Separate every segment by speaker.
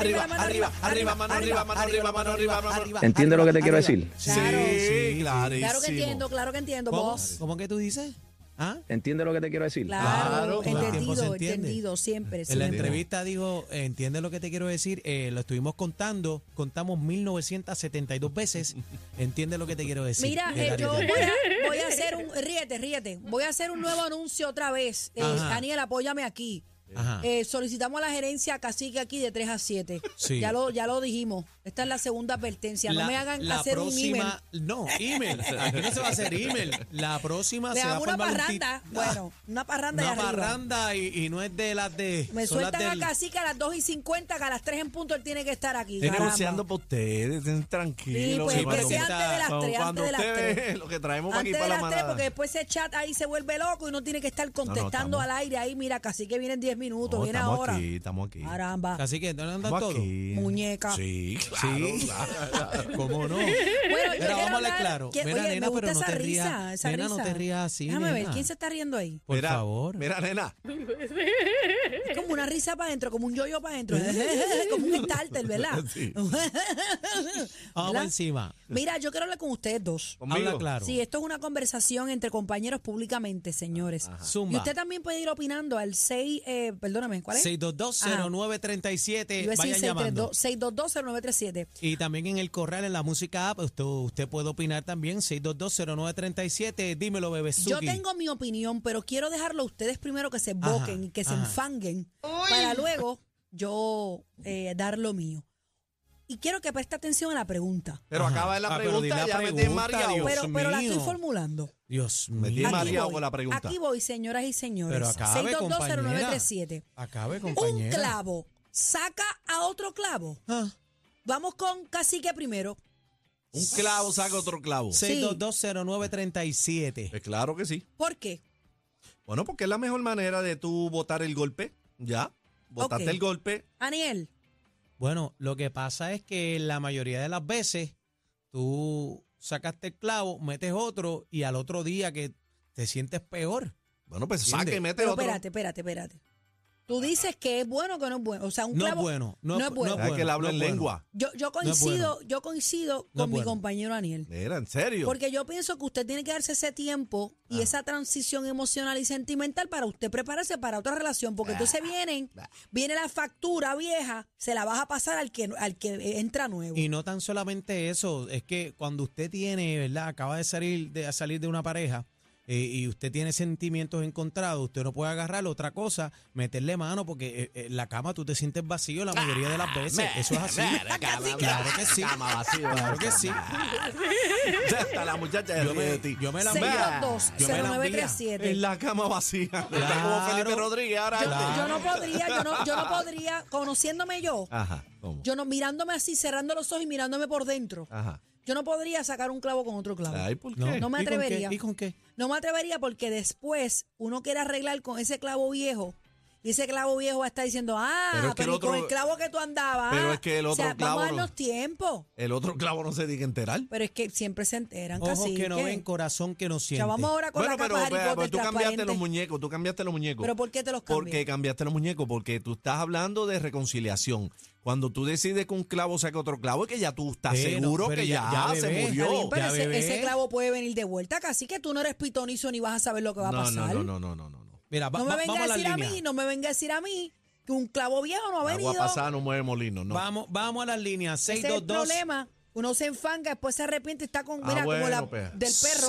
Speaker 1: Arriba, arriba, arriba, mano arriba, mano arriba, mano arriba, mano arriba.
Speaker 2: ¿Entiende lo que te quiero
Speaker 1: arriba.
Speaker 2: decir?
Speaker 1: Sí,
Speaker 3: Claro.
Speaker 1: sí, clarísimo.
Speaker 3: Claro que entiendo, claro que entiendo.
Speaker 4: ¿Cómo?
Speaker 3: Vos.
Speaker 4: ¿Cómo que tú dices? ¿Ah?
Speaker 2: ¿Entiende lo que te quiero decir?
Speaker 3: Claro,
Speaker 4: Claro, todo el tiempo se
Speaker 3: entendido,
Speaker 4: entiende.
Speaker 3: entendido, siempre.
Speaker 4: En la
Speaker 3: siempre.
Speaker 4: entrevista dijo, entiende lo que te quiero decir, eh, lo estuvimos contando, contamos 1972 veces, entiende lo que te quiero decir.
Speaker 3: Mira,
Speaker 4: Eh,
Speaker 3: eh, yo voy
Speaker 4: Daniel.
Speaker 3: a, voy a hacer un. Ríete, ríete. Voy a hacer un nuevo anuncio otra vez. Eh,
Speaker 4: Ajá. Ah.
Speaker 3: Daniel, apóyame aquí.
Speaker 4: Ajá.
Speaker 3: Eh, solicitamos a la gerencia cacique aquí de 3 a 7.
Speaker 4: Sí.
Speaker 3: Ya, lo, ya lo dijimos. Esta es la segunda advertencia.
Speaker 4: La-
Speaker 3: no me hagan
Speaker 4: la
Speaker 3: hacer un email.
Speaker 4: próxima, No, email. Aquí no se va a hacer email. La próxima
Speaker 3: Le
Speaker 4: se va a
Speaker 3: hago una
Speaker 4: formar un
Speaker 3: parranda.
Speaker 4: tit- Ah,
Speaker 3: Bueno, una parranda
Speaker 4: una
Speaker 3: de arriba.
Speaker 4: parranda y, y no es de las de.
Speaker 3: Me
Speaker 4: son las
Speaker 3: sueltan
Speaker 4: del-
Speaker 3: a cacique a las 2 y 50, que a las 3 en punto él tiene que estar aquí.
Speaker 1: Estoy
Speaker 3: caramba.
Speaker 1: negociando por ustedes, estén
Speaker 3: Sí,
Speaker 1: tranquilos.
Speaker 3: pues,
Speaker 4: Sí,
Speaker 3: pero
Speaker 4: pero
Speaker 3: sea
Speaker 4: como
Speaker 3: antes de las
Speaker 1: cuando-
Speaker 3: 3,
Speaker 1: cuando
Speaker 3: antes de las
Speaker 1: usted
Speaker 3: 3.
Speaker 1: ve lo que traemos para aquí
Speaker 3: Antes de
Speaker 1: para la
Speaker 3: las 3,
Speaker 1: manada.
Speaker 3: porque después ese chat ahí se vuelve loco y uno tiene que estar contestando
Speaker 1: estamos-
Speaker 3: al aire ahí. Mira, casi que vienen 10 minutos,
Speaker 1: No,
Speaker 3: viene
Speaker 1: estamos
Speaker 3: ahora.
Speaker 1: aquí, estamos aquí.
Speaker 3: Caramba,
Speaker 4: Así que no andan
Speaker 1: Estamos
Speaker 4: todo.
Speaker 1: aquí.
Speaker 3: muñeca.
Speaker 1: Sí, claro. claro.
Speaker 4: ¿Cómo no?
Speaker 3: Bueno, yo
Speaker 4: Mira,
Speaker 3: quiero
Speaker 4: vamos a hablar
Speaker 3: hablar-
Speaker 4: claro.
Speaker 3: que-
Speaker 4: Mira,
Speaker 3: oye,
Speaker 4: nena,
Speaker 3: me gusta
Speaker 4: pero no
Speaker 3: esa
Speaker 4: te
Speaker 3: risa,
Speaker 4: rías.
Speaker 3: esa
Speaker 4: nena,
Speaker 3: risa.
Speaker 4: no te rías así.
Speaker 3: Déjame ver,
Speaker 4: nena.
Speaker 3: ¿quién se está riendo ahí?
Speaker 4: Por
Speaker 1: Mira,
Speaker 4: favor.
Speaker 1: Mira, nena.
Speaker 3: Es como una risa para adentro, como un yo-yo para adentro. como un starter, ¿verdad?
Speaker 1: Sí.
Speaker 4: Vamos
Speaker 3: ¿Verdad?
Speaker 4: encima.
Speaker 3: Mira, yo quiero hablar con ustedes dos.
Speaker 1: Conmigo.
Speaker 4: Habla claro.
Speaker 3: Sí, esto es una conversación entre compañeros públicamente, señores.
Speaker 4: Zumba.
Speaker 3: Y usted también puede ir opinando al 6, eh, perdóname, ¿cuál es?
Speaker 4: 6220937.
Speaker 3: Yo
Speaker 4: Eh, Vayan llamando.
Speaker 3: 622-0937.
Speaker 4: Y también en el corral, en la música app, usted, usted puede opinar también. 6220937. Dímelo, bebé.
Speaker 3: Yo
Speaker 4: Suki.
Speaker 3: tengo mi opinión, pero quiero dejarlo a ustedes primero que se boquen
Speaker 4: Ajá,
Speaker 3: y que se
Speaker 4: ajá.
Speaker 3: enfanguen para luego yo eh, dar lo mío. Y quiero que preste atención a la pregunta.
Speaker 1: Pero
Speaker 4: Ajá.
Speaker 1: acaba de la
Speaker 4: Ah, pero di
Speaker 1: pregunta,
Speaker 4: la
Speaker 1: ya me
Speaker 4: pregunta, Dios.
Speaker 1: María.
Speaker 3: Pero, pero la estoy
Speaker 4: mío.
Speaker 3: formulando.
Speaker 4: Dios
Speaker 1: Me tiene
Speaker 4: mío.
Speaker 3: Aquí
Speaker 1: mareado con
Speaker 3: voy,
Speaker 1: la pregunta.
Speaker 3: aquí voy, señoras y señores.
Speaker 4: Pero acabe,
Speaker 3: 6220937.
Speaker 4: Acabe,
Speaker 3: Un
Speaker 4: compañera.
Speaker 3: clavo saca a otro clavo.
Speaker 4: Ah,
Speaker 3: Vamos con cacique primero.
Speaker 1: Un clavo saca otro clavo.
Speaker 3: Sí.
Speaker 4: 6220937.
Speaker 1: Pues claro que sí.
Speaker 3: ¿Por qué?
Speaker 1: Bueno, porque es la mejor manera de tú votar el golpe. Ya. Votaste
Speaker 3: Ok.
Speaker 1: el golpe.
Speaker 3: Aniel,
Speaker 4: Bueno, lo que pasa es que la mayoría de las veces tú sacaste el clavo, metes otro y al otro día que te sientes peor.
Speaker 1: Bueno, pues
Speaker 4: ¿Entiende?
Speaker 1: saque, mete
Speaker 3: pero
Speaker 1: otro.
Speaker 3: espérate, espérate, espérate. Tú dices que es bueno o que no es bueno. O sea, un
Speaker 4: No es
Speaker 3: clavo.
Speaker 4: bueno. No,
Speaker 3: no es bueno.
Speaker 1: Deja que él hable
Speaker 4: no es
Speaker 1: en
Speaker 4: bueno.
Speaker 1: lengua.
Speaker 3: Yo, yo
Speaker 4: No es bueno.
Speaker 3: coincido, yo coincido con
Speaker 4: No es
Speaker 3: mi
Speaker 4: bueno.
Speaker 3: compañero Aniel.
Speaker 1: Mira, en serio.
Speaker 3: Porque yo pienso que usted tiene que darse ese tiempo y esa transición emocional y sentimental para usted prepararse para otra relación. Porque entonces vienen, viene la factura vieja, se la vas a pasar al que al que entra nuevo.
Speaker 4: Y no tan solamente eso, es que cuando usted tiene, ¿verdad? Acaba de salir de, a salir de una pareja eh, y usted tiene sentimientos encontrados, usted no puede agarrar otra cosa, meterle mano, porque eh, eh, en la cama tú te sientes vacío la mayoría de las veces.
Speaker 1: Ah,
Speaker 4: Eso es así. Claro que sí. Claro que sí.
Speaker 1: Ya está la muchacha de
Speaker 4: Yo me-
Speaker 1: de ti.
Speaker 4: yo me la-
Speaker 1: Ve,
Speaker 4: yo me la envía.
Speaker 3: 622-0937.
Speaker 1: En la cama vacía. Está como
Speaker 4: Claro.
Speaker 1: Felipe Rodríguez ahora.
Speaker 3: Yo,
Speaker 1: este.
Speaker 3: yo no podría, yo no, yo no podría, conociéndome yo,
Speaker 4: Ah.
Speaker 1: Ajá. ¿Cómo?
Speaker 3: yo no mirándome así, cerrando los ojos y mirándome por dentro,
Speaker 4: Ah.
Speaker 1: Ajá.
Speaker 3: yo no podría sacar un clavo con otro clavo.
Speaker 1: Ay, ¿por
Speaker 4: No,
Speaker 1: qué?
Speaker 3: No me
Speaker 4: ¿Y con qué?
Speaker 3: atrevería.
Speaker 4: ¿Y con qué?
Speaker 3: No me atrevería porque después uno quiere arreglar con ese clavo viejo. Y ese clavo viejo va a estar diciendo, ah,
Speaker 1: Pero
Speaker 3: pero,
Speaker 1: es que el
Speaker 3: ¿y
Speaker 1: otro-
Speaker 3: con el clavo que tú andabas.
Speaker 1: pero
Speaker 3: ah?
Speaker 1: es que el
Speaker 3: O sea,
Speaker 1: otro clavo
Speaker 3: Vamos a
Speaker 1: no-
Speaker 3: darnos tiempo.
Speaker 1: El otro clavo no se tiene que enterar.
Speaker 3: Pero es que siempre se enteran,
Speaker 4: Ojos
Speaker 3: casi.
Speaker 4: que no ven, corazón que no
Speaker 3: O
Speaker 4: siente.
Speaker 3: sea, vamos ahora con
Speaker 1: Bueno,
Speaker 3: la
Speaker 1: pero,
Speaker 3: capa
Speaker 1: vea,
Speaker 3: jaricot
Speaker 1: pero
Speaker 3: del
Speaker 1: tú cambiaste
Speaker 3: transparente.
Speaker 1: los muñecos, tú cambiaste los muñecos.
Speaker 3: Pero ¿por qué te los cambias?
Speaker 1: Porque cambiaste los muñecos, porque tú estás hablando de reconciliación. Cuando tú decides que un clavo saque otro clavo, es que ya tú estás
Speaker 4: Pero,
Speaker 1: seguro
Speaker 4: pero
Speaker 1: que ya,
Speaker 4: ya- ya,
Speaker 1: se
Speaker 4: bebé.
Speaker 1: murió.
Speaker 3: Está bien, pero
Speaker 4: Ya,
Speaker 3: ese,
Speaker 4: bebé.
Speaker 3: ese clavo puede venir de vuelta, casi que tú no eres pitonizo ni vas a saber lo que va a
Speaker 1: no,
Speaker 3: pasar.
Speaker 1: no, no, no, no, no, no.
Speaker 4: Mira, va-
Speaker 3: No
Speaker 4: va-
Speaker 3: me venga
Speaker 4: vamos
Speaker 3: a
Speaker 4: a la
Speaker 3: decir a
Speaker 4: línea.
Speaker 3: mí, no me venga a decir a mí que un clavo viejo no ha venido.
Speaker 1: Agua pasada no mueve molino, no.
Speaker 4: Vamos, vamos a las líneas.
Speaker 3: Ese es el
Speaker 4: 622
Speaker 3: problema. Uno se enfanga, después se arrepiente, está con,
Speaker 1: Ah,
Speaker 3: mira, como
Speaker 1: bueno,
Speaker 3: la
Speaker 1: pues.
Speaker 3: del perro.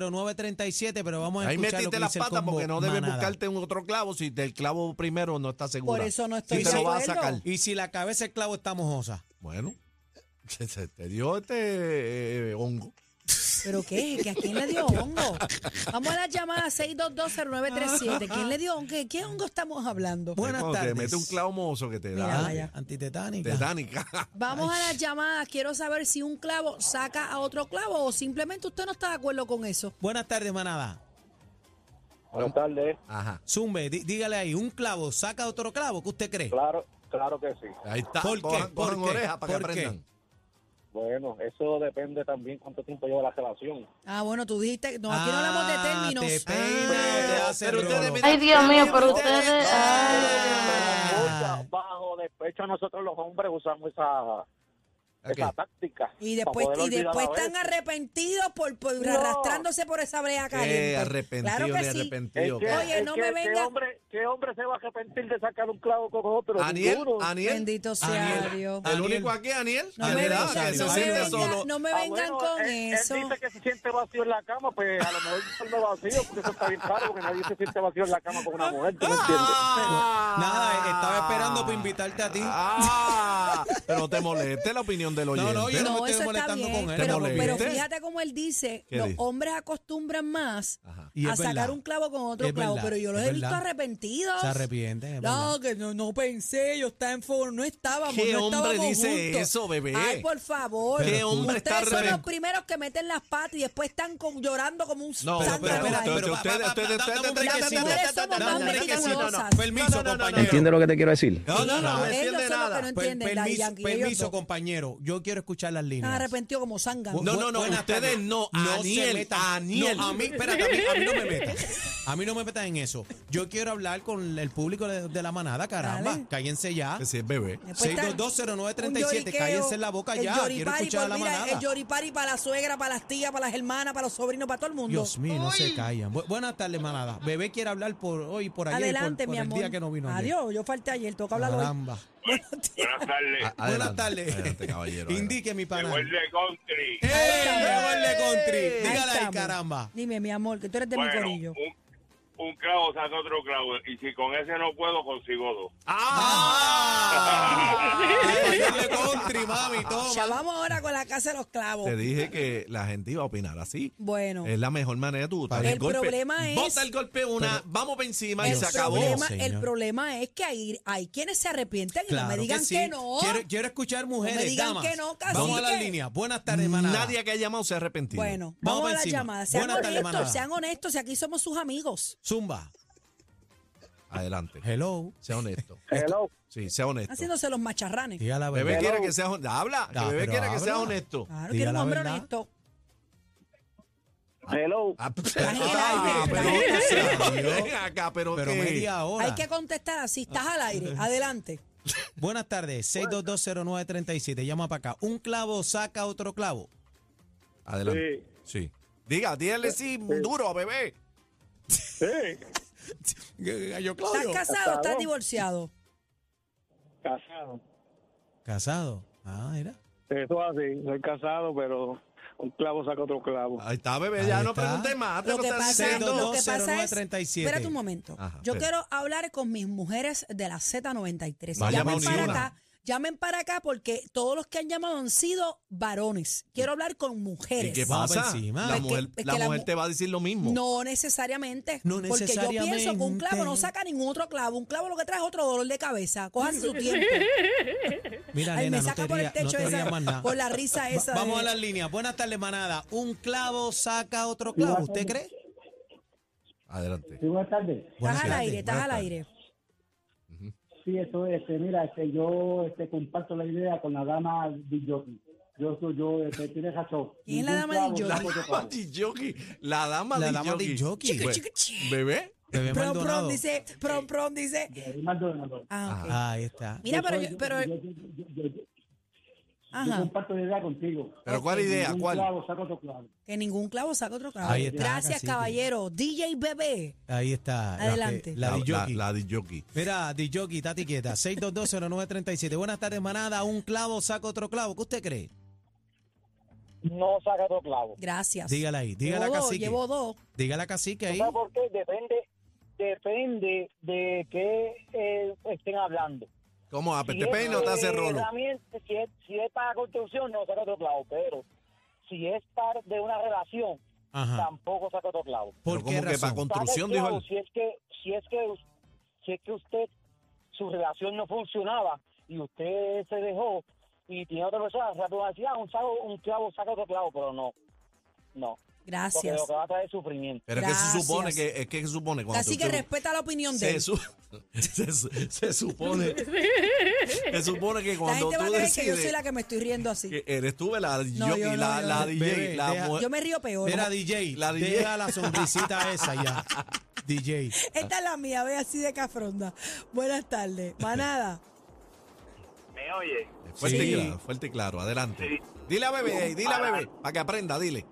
Speaker 4: 6220937, pero vamos a
Speaker 1: Ahí
Speaker 4: escuchar lo
Speaker 1: metiste
Speaker 4: que
Speaker 1: las
Speaker 4: dice el
Speaker 1: patas
Speaker 4: combo
Speaker 1: porque no debes
Speaker 4: manada.
Speaker 1: buscarte un otro clavo si del clavo primero no estás segura.
Speaker 3: Por eso no
Speaker 1: Si
Speaker 3: estoy
Speaker 1: te
Speaker 4: de
Speaker 1: lo vas a
Speaker 3: acuerdo.
Speaker 1: sacar.
Speaker 4: Y si la cabeza del clavo está mojosa.
Speaker 1: Bueno, se, se te dio este eh, hongo.
Speaker 3: ¿Pero qué? ¿Que ¿A quién le dio hongo? Vamos a la llamada 6220937. ¿Quién le dio hongo? ¿Qué, qué hongo estamos hablando?
Speaker 4: Buenas
Speaker 1: Cuando
Speaker 4: tardes.
Speaker 1: Te mete un clavo mozo que te
Speaker 3: Mira,
Speaker 1: da
Speaker 3: vaya.
Speaker 4: Ah, Antitetánica.
Speaker 1: tetánica.
Speaker 3: Vamos a las llamadas. Quiero saber si un clavo saca a otro clavo o simplemente usted no está de acuerdo con eso.
Speaker 4: Buenas tardes, manada.
Speaker 5: Buenas tardes.
Speaker 1: Ajá.
Speaker 4: Zumbe, di- dígale ahí, un clavo saca otro clavo, ¿qué usted cree?
Speaker 5: Claro, claro que sí.
Speaker 1: Ahí está.
Speaker 4: ¿Por qué?
Speaker 1: Cojan,
Speaker 4: ¿Por
Speaker 1: cojan
Speaker 4: qué?
Speaker 1: orejas para que
Speaker 4: ¿Por qué?
Speaker 1: aprendan.
Speaker 5: Bueno, eso depende también cuánto tiempo lleva la relación.
Speaker 3: Ah, bueno, tú dijiste, que- no, aquí no hablamos
Speaker 1: Ah,
Speaker 3: de términos. Ah,
Speaker 4: Te peina, te hace
Speaker 1: pero ustedes,
Speaker 4: rolo.
Speaker 1: mira,
Speaker 2: Ay, Dios mío, pero
Speaker 1: ustedes-
Speaker 2: ustedes. ah.
Speaker 5: Mucha- Bajo despecho nosotros los hombres usamos esa, esa
Speaker 1: Ok.
Speaker 5: táctica.
Speaker 3: Y
Speaker 5: para
Speaker 3: después,
Speaker 5: poder
Speaker 3: y
Speaker 5: olvidar
Speaker 3: después
Speaker 5: a
Speaker 3: están
Speaker 5: veces.
Speaker 3: arrepentidos por, por
Speaker 5: No.
Speaker 3: arrastrándose por esa brea caliente.
Speaker 1: Eh, arrepentido,
Speaker 3: claro que
Speaker 1: ni
Speaker 3: sí.
Speaker 1: arrepentido.
Speaker 5: Es que-
Speaker 3: Oye,
Speaker 5: es
Speaker 3: no
Speaker 5: que-
Speaker 3: me venga-
Speaker 5: ¿qué hombre, ¿Qué hombre se va a arrepentir de sacar un clavo con otro?
Speaker 1: Aniel,
Speaker 5: Ninguno.
Speaker 1: Aniel,
Speaker 3: Bendito sea
Speaker 4: Aniel.
Speaker 3: Dios.
Speaker 1: el
Speaker 4: Aniel.
Speaker 1: único aquí, Aniel,
Speaker 3: No me,
Speaker 1: Aniel,
Speaker 4: Aniela,
Speaker 1: ah,
Speaker 3: venga-
Speaker 1: que se
Speaker 3: no me
Speaker 1: siente
Speaker 3: venga-
Speaker 1: solo.
Speaker 3: no me
Speaker 5: Ah,
Speaker 3: vengan
Speaker 5: bueno,
Speaker 3: con
Speaker 5: él- él
Speaker 3: eso.
Speaker 5: dice que se siente vacío en la cama, pues a lo mejor no vacío, porque eso está bien claro, porque nadie se siente vacío en la cama con una mujer, ¿tú me entiendes?
Speaker 1: Ah.
Speaker 4: Nada, estaba esperando para invitarte a ti.
Speaker 1: Ah, pero te moleste la opinión del oyente.
Speaker 4: no, yo no-
Speaker 3: No,
Speaker 4: me estoy
Speaker 3: eso está
Speaker 4: molestando
Speaker 3: bien.
Speaker 4: con él,
Speaker 3: pero,
Speaker 1: no le
Speaker 3: pero
Speaker 1: viste.
Speaker 3: fíjate cómo él dice,
Speaker 1: ¿Qué
Speaker 3: los
Speaker 1: dice?
Speaker 3: hombres acostumbran más
Speaker 1: Ajá.
Speaker 4: Y
Speaker 3: a
Speaker 4: es
Speaker 3: sacar
Speaker 4: verdad.
Speaker 3: un clavo con otro
Speaker 4: Es
Speaker 3: clavo,
Speaker 4: verdad,
Speaker 3: pero yo los
Speaker 4: es
Speaker 3: he visto
Speaker 4: verdad.
Speaker 3: arrepentidos.
Speaker 4: Se arrepienten, es
Speaker 3: No,
Speaker 4: verdad.
Speaker 3: que no, no pensé, yo estaba en forma, no estábamos,
Speaker 1: ¿Qué
Speaker 3: no estábamos
Speaker 1: hombre dice
Speaker 3: juntos.
Speaker 1: eso, bebé?
Speaker 3: Ay, por favor.
Speaker 1: ¿Qué hombre está
Speaker 3: Ustedes son los
Speaker 1: arrepentido?
Speaker 3: primeros que meten las patas y después están con- llorando como un
Speaker 1: No, pero,
Speaker 3: zángano.
Speaker 1: pero,
Speaker 4: Ay,
Speaker 1: pero,
Speaker 4: pero,
Speaker 1: ustedes-
Speaker 4: pa, pa,
Speaker 1: ustedes-
Speaker 4: pa,
Speaker 1: ustedes-
Speaker 4: dame un
Speaker 1: ustedes-
Speaker 4: brequecito.
Speaker 1: ustedes-
Speaker 3: Somos
Speaker 1: ustedes-
Speaker 3: más
Speaker 1: dame un brequecito, no, no.
Speaker 3: meticulosas.
Speaker 4: Permiso,
Speaker 1: No, no, no, no,
Speaker 4: compañero.
Speaker 1: no.
Speaker 6: ¿Entiende lo que te quiero decir?
Speaker 1: No, no, no, no
Speaker 3: Ellos
Speaker 1: entiende
Speaker 3: son los que
Speaker 1: nada.
Speaker 3: no
Speaker 4: Per-
Speaker 3: entienden, la
Speaker 4: permiso,
Speaker 3: Yankee, ellos
Speaker 4: permiso,
Speaker 3: dos.
Speaker 4: compañero. Yo quiero escuchar las líneas.
Speaker 3: Están arrepentidos como zánganos.
Speaker 1: No, no, no,
Speaker 4: Buenas
Speaker 1: ustedes
Speaker 4: tardes.
Speaker 1: no, Aniel,
Speaker 4: se metan.
Speaker 1: Aniel.
Speaker 4: No, a mí, espérate, a mí, a mí no me metas. A mí no me metas en eso. Yo quiero hablar con el público de, de la manada, caramba.
Speaker 3: Dale.
Speaker 4: Cállense ya.
Speaker 1: Que si es bebé.
Speaker 3: Después está
Speaker 4: 6220937, cállense la boca ya. Quiero escuchar a la manada.
Speaker 3: pues El yoripari para la suegra, para las tías, para las hermanas, para los sobrinos, para todo el mundo.
Speaker 4: Dios mío, no se callan. Bu- buenas tardes, manada. Bebé quiere hablar por hoy, por ayer, y por-
Speaker 3: Adelante,
Speaker 4: por,
Speaker 3: mi
Speaker 4: el
Speaker 3: amor.
Speaker 4: día que no vino ayer.
Speaker 3: Adiós, yo falté ayer, toca hablarlo hoy.
Speaker 4: Caramba.
Speaker 7: Buenas tardes.
Speaker 1: A- adelante,
Speaker 4: buenas tardes.
Speaker 1: adelante, caballero,
Speaker 4: Indique, mi pana.
Speaker 7: Llegó el de country.
Speaker 3: Este
Speaker 4: ¡Eh! Llegó el de
Speaker 3: Ahí
Speaker 4: country. Dígale ahí,
Speaker 3: estamos.
Speaker 4: caramba.
Speaker 3: Dime, mi amor, que tú eres de mi
Speaker 7: Bueno,
Speaker 3: corillo.
Speaker 7: un, un clavo saca otro clavo. Y si con ese no puedo, consigo dos.
Speaker 1: ¡Ah!
Speaker 4: Llegó el de country, mami,
Speaker 3: Ya
Speaker 4: toma.
Speaker 3: vamos ahora con la casa de los clavos.
Speaker 1: Te dije que la gente iba a opinar así.
Speaker 3: Bueno,
Speaker 1: Es la mejor manera de tú botar
Speaker 4: El
Speaker 1: golpe.
Speaker 3: problema es-
Speaker 1: Bota el golpe una, vamos para encima y
Speaker 3: el,
Speaker 1: se acabó.
Speaker 3: problema,
Speaker 4: Señor.
Speaker 3: el problema es que hay, hay quienes se arrepienten y
Speaker 4: Claro
Speaker 3: no me digan que,
Speaker 4: sí.
Speaker 3: no.
Speaker 4: Quiero, quiero escuchar mujeres,
Speaker 3: No me digan
Speaker 4: damas.
Speaker 3: que no, cacique.
Speaker 4: Vamos a las líneas. Buenas tardes, manada.
Speaker 1: Nadie que ha llamado se ha arrepentido.
Speaker 3: Bueno,
Speaker 4: Vamos
Speaker 3: vamos,
Speaker 4: pa'
Speaker 3: a la
Speaker 4: encima.
Speaker 3: llamada. Sean
Speaker 4: Buenas tardes,
Speaker 3: honestos,
Speaker 4: manada.
Speaker 3: sean honestos, si aquí somos sus amigos.
Speaker 4: Zumba.
Speaker 1: Adelante. Eh,
Speaker 4: Hello.
Speaker 1: Sea honesto.
Speaker 5: Hello.
Speaker 1: Sí, sea honesto.
Speaker 3: Haciéndose los macharranes.
Speaker 4: Diga la
Speaker 1: Bebé
Speaker 4: verdad.
Speaker 1: quiere que seas honesto. Habla.
Speaker 4: Ah,
Speaker 1: que bebé
Speaker 4: pero
Speaker 1: quiere que
Speaker 4: habla.
Speaker 1: seas honesto.
Speaker 3: Claro,
Speaker 4: Diga
Speaker 3: quiero un
Speaker 4: la
Speaker 3: hombre
Speaker 4: verdad.
Speaker 3: honesto.
Speaker 5: Hello.
Speaker 1: Ah,
Speaker 3: en el aire,
Speaker 1: pero-
Speaker 3: estás en el
Speaker 1: pero- ven acá, pero,
Speaker 4: Pero
Speaker 1: ¿qué?
Speaker 4: media hora.
Speaker 3: Hay que contestar así, estás al aire.
Speaker 4: Ah.
Speaker 3: Adelante.
Speaker 4: Buenas tardes, 6220937. Llama para acá. Un clavo saca otro clavo.
Speaker 1: Adelante. Sí. Diga, dígale sí, duro, bebé.
Speaker 5: Sí,
Speaker 4: Gallo
Speaker 3: ¿Estás casado o estás
Speaker 5: Casado.
Speaker 3: divorciado?
Speaker 5: casado.
Speaker 4: Casado. Ah, mira.
Speaker 5: Eso es así, soy casado, pero un clavo saca otro clavo.
Speaker 8: Ah.
Speaker 1: Ahí está, bebé.
Speaker 4: Ahí
Speaker 1: ya no
Speaker 4: Ah, está.
Speaker 1: preguntes más. Te
Speaker 3: Lo
Speaker 1: lo,
Speaker 3: que
Speaker 1: estás
Speaker 3: pasa,
Speaker 1: diciendo.
Speaker 3: lo que pasa es...
Speaker 4: 6220937.
Speaker 3: Espérate un momento.
Speaker 1: Ajá,
Speaker 3: Yo
Speaker 1: espera.
Speaker 3: quiero hablar con mis mujeres de la Z93.
Speaker 1: No ha llamado
Speaker 3: llamen para
Speaker 1: ni una.
Speaker 3: acá. Llamen para acá porque todos los que han llamado han sido varones. Quiero hablar con
Speaker 1: ¿Y
Speaker 3: mujeres.
Speaker 1: qué
Speaker 4: Vamos
Speaker 1: pasa?
Speaker 4: pa' encima.
Speaker 1: La
Speaker 4: Es
Speaker 3: que-
Speaker 1: mujer,
Speaker 3: es que
Speaker 1: la
Speaker 3: la
Speaker 1: mujer
Speaker 3: mu-
Speaker 1: te va a decir lo mismo.
Speaker 3: No necesariamente.
Speaker 4: No
Speaker 3: Porque yo pienso que un clavo no
Speaker 4: necesariamente.
Speaker 3: saca ningún otro clavo. Un clavo lo que trae es otro dolor de cabeza. Cojan su tiempo.
Speaker 4: Mira,
Speaker 3: Ay,
Speaker 4: nena,
Speaker 3: me
Speaker 4: no
Speaker 3: saca
Speaker 4: te
Speaker 3: por el
Speaker 4: rías, no
Speaker 3: techo
Speaker 4: te rías más
Speaker 3: esa,
Speaker 4: nada.
Speaker 3: por la risa
Speaker 4: Va-
Speaker 3: esa. de-
Speaker 4: Vamos a las líneas. Buenas tardes, manada. Un clavo saca otro clavo. ¿Usted cree?
Speaker 1: Adelante.
Speaker 8: buenas tardes.
Speaker 4: Buenas
Speaker 3: Estás al
Speaker 4: tardes,
Speaker 3: aire, estás
Speaker 1: buenas
Speaker 3: al
Speaker 1: tardes.
Speaker 3: aire.
Speaker 8: Sí, eso es. Este, mira, este, yo este, comparto la idea con la dama de jockey. Yo soy yo, este, tiene razón.
Speaker 3: ¿Quién es la dama
Speaker 8: Ningún
Speaker 3: disc
Speaker 1: La
Speaker 8: clavo,
Speaker 1: dama
Speaker 8: clavo.
Speaker 1: de jockey. La dama
Speaker 4: La
Speaker 1: de
Speaker 4: dama de jockey.
Speaker 1: Chica,
Speaker 3: chica, chica.
Speaker 1: Bebé.
Speaker 4: Bebé
Speaker 3: Prom, prom,
Speaker 4: Maldonado.
Speaker 3: dice, prom, prom, dice.
Speaker 8: De ahí Maldonado.
Speaker 3: Ah, ok.
Speaker 4: Ahí está.
Speaker 3: Mira, pero,
Speaker 8: soy-
Speaker 3: yo- pero,
Speaker 8: yo, yo- yo- yo- yo
Speaker 3: ajá,
Speaker 8: comparto la idea contigo.
Speaker 1: Pero ¿cuál idea?
Speaker 8: Ningún
Speaker 1: ¿Cuál?
Speaker 8: clavo saca otro clavo.
Speaker 3: que ningún clavo saca otro clavo.
Speaker 4: Ahí está,
Speaker 3: Gracias,
Speaker 4: cacique.
Speaker 3: caballero. DJ Bebé.
Speaker 4: Ahí está. la-
Speaker 3: Adelante.
Speaker 4: eh, La, de
Speaker 1: la,
Speaker 4: jockey.
Speaker 1: la de jockey.
Speaker 4: Mira, Dijoki, tati quieta. 6220937. Buenas tardes, manada. Un clavo saca otro clavo. ¿Qué usted cree?
Speaker 5: No saca otro clavo.
Speaker 3: Gracias.
Speaker 4: Dígala ahí. Dígala,
Speaker 3: llevo dos,
Speaker 4: cacique.
Speaker 3: llevo dos.
Speaker 4: Dígala, cacique ahí.
Speaker 5: ¿Sabes por qué? Depende, depende de qué eh, estén hablando.
Speaker 1: ¿Cómo? ¿A
Speaker 5: Si
Speaker 1: Ah, pues te peino o te hace
Speaker 5: eh,
Speaker 1: rolo?
Speaker 5: herramienta- Si es, si es para construcción, no saca otro clavo, pero si es parte de una relación,
Speaker 4: Ajá.
Speaker 5: tampoco saca otro clavo.
Speaker 1: Pero
Speaker 4: ¿Por qué
Speaker 1: como que para
Speaker 4: razón?
Speaker 1: construcción,
Speaker 5: Saca el
Speaker 1: dijo
Speaker 5: clavo
Speaker 1: él.
Speaker 5: Si es que, si es que, si es que usted, su relación no funcionaba y usted se dejó y tiene otra persona, rápido va a decir, ah, un, saco- un clavo saca otro clavo, pero no. No. Porque
Speaker 3: Gracias.
Speaker 5: lo que va a traer es sufrimiento.
Speaker 1: Pero es que se
Speaker 3: Gracias.
Speaker 1: supone que, es que se supone cuando
Speaker 3: Así
Speaker 1: tú-
Speaker 3: que
Speaker 1: tú-
Speaker 3: respeta la opinión de
Speaker 1: se,
Speaker 3: él.
Speaker 1: su- se su- se supone se supone que
Speaker 3: La
Speaker 1: cuando
Speaker 3: gente va a
Speaker 1: tú
Speaker 3: creer que yo
Speaker 1: decides
Speaker 3: soy la que me estoy riendo así.
Speaker 1: que eres tú la
Speaker 3: No,
Speaker 1: jockey,
Speaker 3: yo no,
Speaker 1: la,
Speaker 3: yo
Speaker 1: la
Speaker 3: no.
Speaker 1: DJ,
Speaker 4: Bebé,
Speaker 1: la
Speaker 4: deja-
Speaker 1: mujer-
Speaker 3: Yo me río peor.
Speaker 4: Era DJ.
Speaker 1: La
Speaker 4: La
Speaker 1: DJ.
Speaker 4: la sonrisita esa ya. DJ.
Speaker 3: Esta es la mía, ve así de cafronda. Buenas tardes. Manada.
Speaker 7: ¿Me oye?
Speaker 1: Fuerte y
Speaker 4: Sí.
Speaker 1: claro, fuerte y claro, adelante.
Speaker 7: Sí.
Speaker 1: Dile a bebé, eh, dile a bebé, para que aprenda, dile.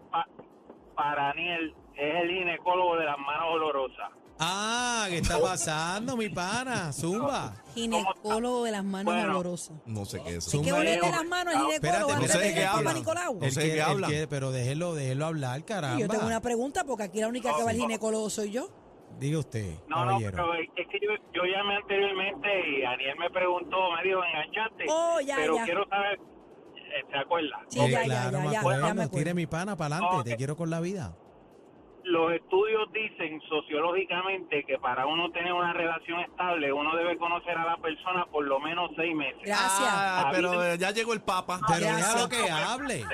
Speaker 7: Para Daniel es el ginecólogo de las manos olorosas.
Speaker 4: Ah, ¿qué está pasando, mi pana? Zumba.
Speaker 3: Ginecólogo de las manos
Speaker 7: Bueno.
Speaker 3: olorosas.
Speaker 1: No sé qué es
Speaker 3: ¿De
Speaker 1: eso.
Speaker 4: Sí.
Speaker 3: qué
Speaker 4: Zumba,
Speaker 3: olete
Speaker 4: Leo.
Speaker 3: las manos el ginecólogo?
Speaker 1: no
Speaker 3: antes
Speaker 1: sé de
Speaker 3: ir
Speaker 1: qué
Speaker 3: al
Speaker 4: espérate.
Speaker 1: habla.
Speaker 3: Papa Nicolau?
Speaker 1: No sé de
Speaker 4: Él
Speaker 1: qué
Speaker 4: quiere- él
Speaker 1: habla.
Speaker 4: quiere, pero déjelo, déjelo hablar, caramba.
Speaker 3: Yo tengo una pregunta porque aquí la única que va al ginecólogo soy yo.
Speaker 4: Diga usted,
Speaker 7: No, no,
Speaker 4: caballero.
Speaker 7: pero es es que yo, yo llamé anteriormente y Daniel me preguntó, me dijo, enganchaste.
Speaker 3: Oh, ya,
Speaker 7: pero
Speaker 3: ya.
Speaker 7: quiero saber, eh, ¿te acuerdas?
Speaker 3: Sí, ya,
Speaker 4: Eh,
Speaker 3: ya,
Speaker 4: claro,
Speaker 3: ya,
Speaker 4: me
Speaker 3: ya,
Speaker 4: acuerdo.
Speaker 3: ya me acuerdo.
Speaker 4: Tire mi pana para adelante.
Speaker 7: Ok.
Speaker 4: Te quiero con la vida.
Speaker 7: Los estudios dicen sociológicamente que para uno tener una relación estable, uno debe conocer a la persona por lo menos seis meses.
Speaker 3: Gracias. Ah,
Speaker 1: Ah, pero eh, ya llegó el papa.
Speaker 4: Pero
Speaker 3: gracias.
Speaker 4: déjalo que hable.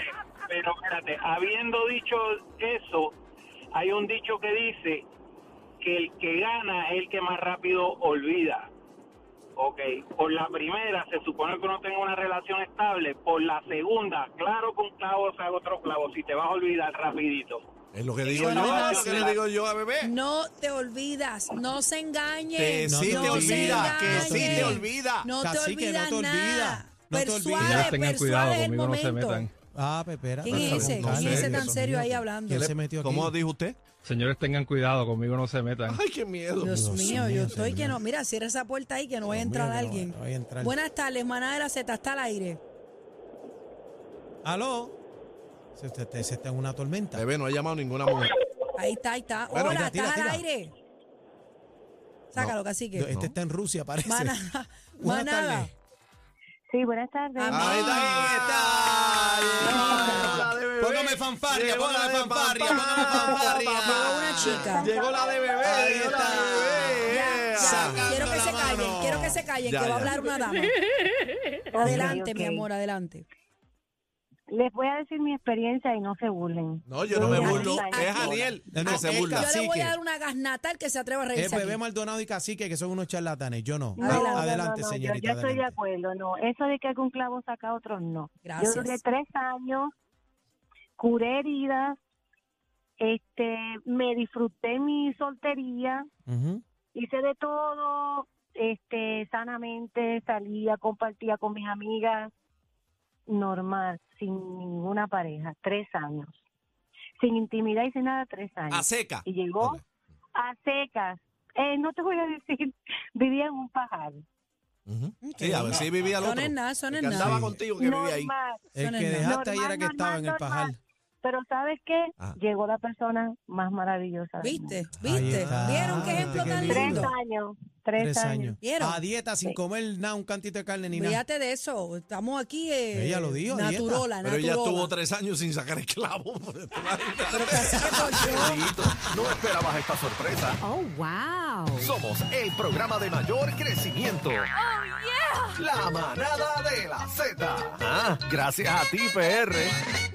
Speaker 7: Pero espérate, habiendo dicho eso, hay un dicho que dice que el que gana es el que más rápido olvida. Ok, por la primera se supone que uno tenga una relación estable, por la segunda, claro que un clavo saca otro clavo, si te vas a olvidar rapidito.
Speaker 1: Es lo que digo
Speaker 7: Eso
Speaker 1: yo,
Speaker 7: no
Speaker 1: es
Speaker 7: es
Speaker 1: lo que
Speaker 7: así.
Speaker 1: le digo yo a bebé.
Speaker 3: No te olvidas, no se engañen.
Speaker 1: Que sí
Speaker 3: no
Speaker 1: te
Speaker 3: se
Speaker 1: olvida, que sí
Speaker 3: engañen.
Speaker 1: te olvida.
Speaker 3: No te
Speaker 4: Cacique, no
Speaker 3: olvidas
Speaker 4: te olvida,
Speaker 3: nada.
Speaker 4: no te
Speaker 3: Persuade,
Speaker 4: olvidas.
Speaker 3: persuade el momento.
Speaker 4: Ah, Pepera.
Speaker 3: ¿Quién es ese?
Speaker 1: No
Speaker 3: ¿Quién es
Speaker 1: sé,
Speaker 3: ese tan
Speaker 1: Dios
Speaker 3: serio ahí hablando?
Speaker 4: ¿Quién se metió aquí?
Speaker 1: ¿Cómo dijo usted?
Speaker 6: Señores, tengan cuidado, conmigo no se metan.
Speaker 1: Ay, qué miedo.
Speaker 3: Dios,
Speaker 4: Dios
Speaker 3: mío,
Speaker 4: mío,
Speaker 3: yo estoy
Speaker 4: señor.
Speaker 3: que no. Mira, cierra esa puerta ahí que no vaya a
Speaker 4: Dios
Speaker 3: entrar
Speaker 4: mío, que no
Speaker 3: alguien.
Speaker 4: vaya- vaya a entrar.
Speaker 3: Buenas tardes, manada de la Z, está al aire.
Speaker 4: Aló. Se, se- se- se está en una tormenta.
Speaker 1: Bebé no ha llamado ninguna mujer.
Speaker 3: Ahí está, ahí está.
Speaker 4: Bueno,
Speaker 3: Hola,
Speaker 4: mira, tira,
Speaker 3: estás al
Speaker 4: tira.
Speaker 3: aire. Sácalo, cacique.
Speaker 4: Este está en Rusia, parece. Eh,
Speaker 3: Manada,
Speaker 4: Buenas
Speaker 3: manada.
Speaker 4: tardes.
Speaker 9: Sí, buenas tardes.
Speaker 1: Ahí está, ahí
Speaker 4: Ah,
Speaker 1: está. Llegó la de bebé.
Speaker 4: Póngame fanfarria,
Speaker 1: Llegó
Speaker 4: póngame
Speaker 1: la de
Speaker 4: fanfarria,
Speaker 1: papá,
Speaker 4: póngame fanfarria.
Speaker 1: papá.
Speaker 3: Una chica.
Speaker 1: Llegó la de bebé.
Speaker 4: Ahí
Speaker 1: llegó la
Speaker 4: está.
Speaker 1: de bebé.
Speaker 3: Ya,
Speaker 1: Yeah.
Speaker 3: ya,
Speaker 4: Sacando
Speaker 3: quiero que
Speaker 4: la
Speaker 3: se callen,
Speaker 4: mano.
Speaker 3: quiero que se callen,
Speaker 1: Ya,
Speaker 3: que va a
Speaker 1: ya.
Speaker 3: hablar una dama. Adelante, mi amor, adelante.
Speaker 9: Les voy a decir mi experiencia y no se burlen.
Speaker 1: No, yo no me
Speaker 3: Mira,
Speaker 1: burlo.
Speaker 3: aquí-
Speaker 1: Es Daniel el
Speaker 4: No,
Speaker 1: que se
Speaker 4: es
Speaker 1: burla.
Speaker 3: Yo le voy
Speaker 4: Cacique.
Speaker 3: a dar una gasnatal que se atreva a
Speaker 4: Es
Speaker 3: reírse. aquí.
Speaker 4: bebé Maldonado y Cacique, que son unos charlatanes. Yo no.
Speaker 9: No,
Speaker 4: Ad-
Speaker 9: no, no,
Speaker 4: adelante,
Speaker 9: no, no,
Speaker 4: señorita.
Speaker 9: Yo, yo estoy de
Speaker 4: adelante.
Speaker 9: acuerdo, no. Eso de que algún clavo saca a otros, no.
Speaker 3: Gracias.
Speaker 9: Yo duré tres años, curé heridas, este, me disfruté mi soltería,
Speaker 4: Ujú.
Speaker 9: hice de todo, este, sanamente, salía, compartía con mis amigas, normal, sin ninguna pareja, tres años. Sin intimidad y sin nada, tres años.
Speaker 1: A seca.
Speaker 9: y llegó
Speaker 1: Ok.
Speaker 9: a secas. Eh, no te voy a decir, vivía en un pajar.
Speaker 1: Ujú. Sí, a ver si vivía el
Speaker 3: Son
Speaker 1: otro.
Speaker 3: en
Speaker 1: El
Speaker 3: nada, son
Speaker 1: que
Speaker 3: en nada.
Speaker 1: andaba contigo que vivía ahí.
Speaker 9: Normal.
Speaker 4: El
Speaker 3: Suena
Speaker 4: que
Speaker 3: el nombre.
Speaker 4: dejaste ahí
Speaker 9: Normal,
Speaker 4: era que estaba en el
Speaker 9: normal,
Speaker 4: pajal.
Speaker 9: Pero ¿sabes qué?
Speaker 1: Ah.
Speaker 9: Llegó la persona más maravillosa. del mundo.
Speaker 3: ¿Viste?
Speaker 4: Ahí
Speaker 3: ¿Viste?
Speaker 4: está.
Speaker 3: ¿Vieron qué ejemplo
Speaker 4: Qué
Speaker 3: tan
Speaker 4: lindo.
Speaker 9: Tres
Speaker 3: lindo?
Speaker 9: años. Tres,
Speaker 4: Tres años.
Speaker 3: ¿Vieron?
Speaker 4: A dieta sin comer nada, un cantito de carne ni nada.
Speaker 3: Fíjate de eso. Estamos aquí. eh,
Speaker 4: Ella lo dijo,
Speaker 3: Naturola,
Speaker 1: Pero ella
Speaker 3: naturola.
Speaker 1: estuvo tres años sin sacar el clavo.
Speaker 10: No esperabas esta sorpresa.
Speaker 11: Oh, wow. Oh,
Speaker 10: Somos el programa de mayor crecimiento. La manada de la Z. Ah, gracias a ti, PR.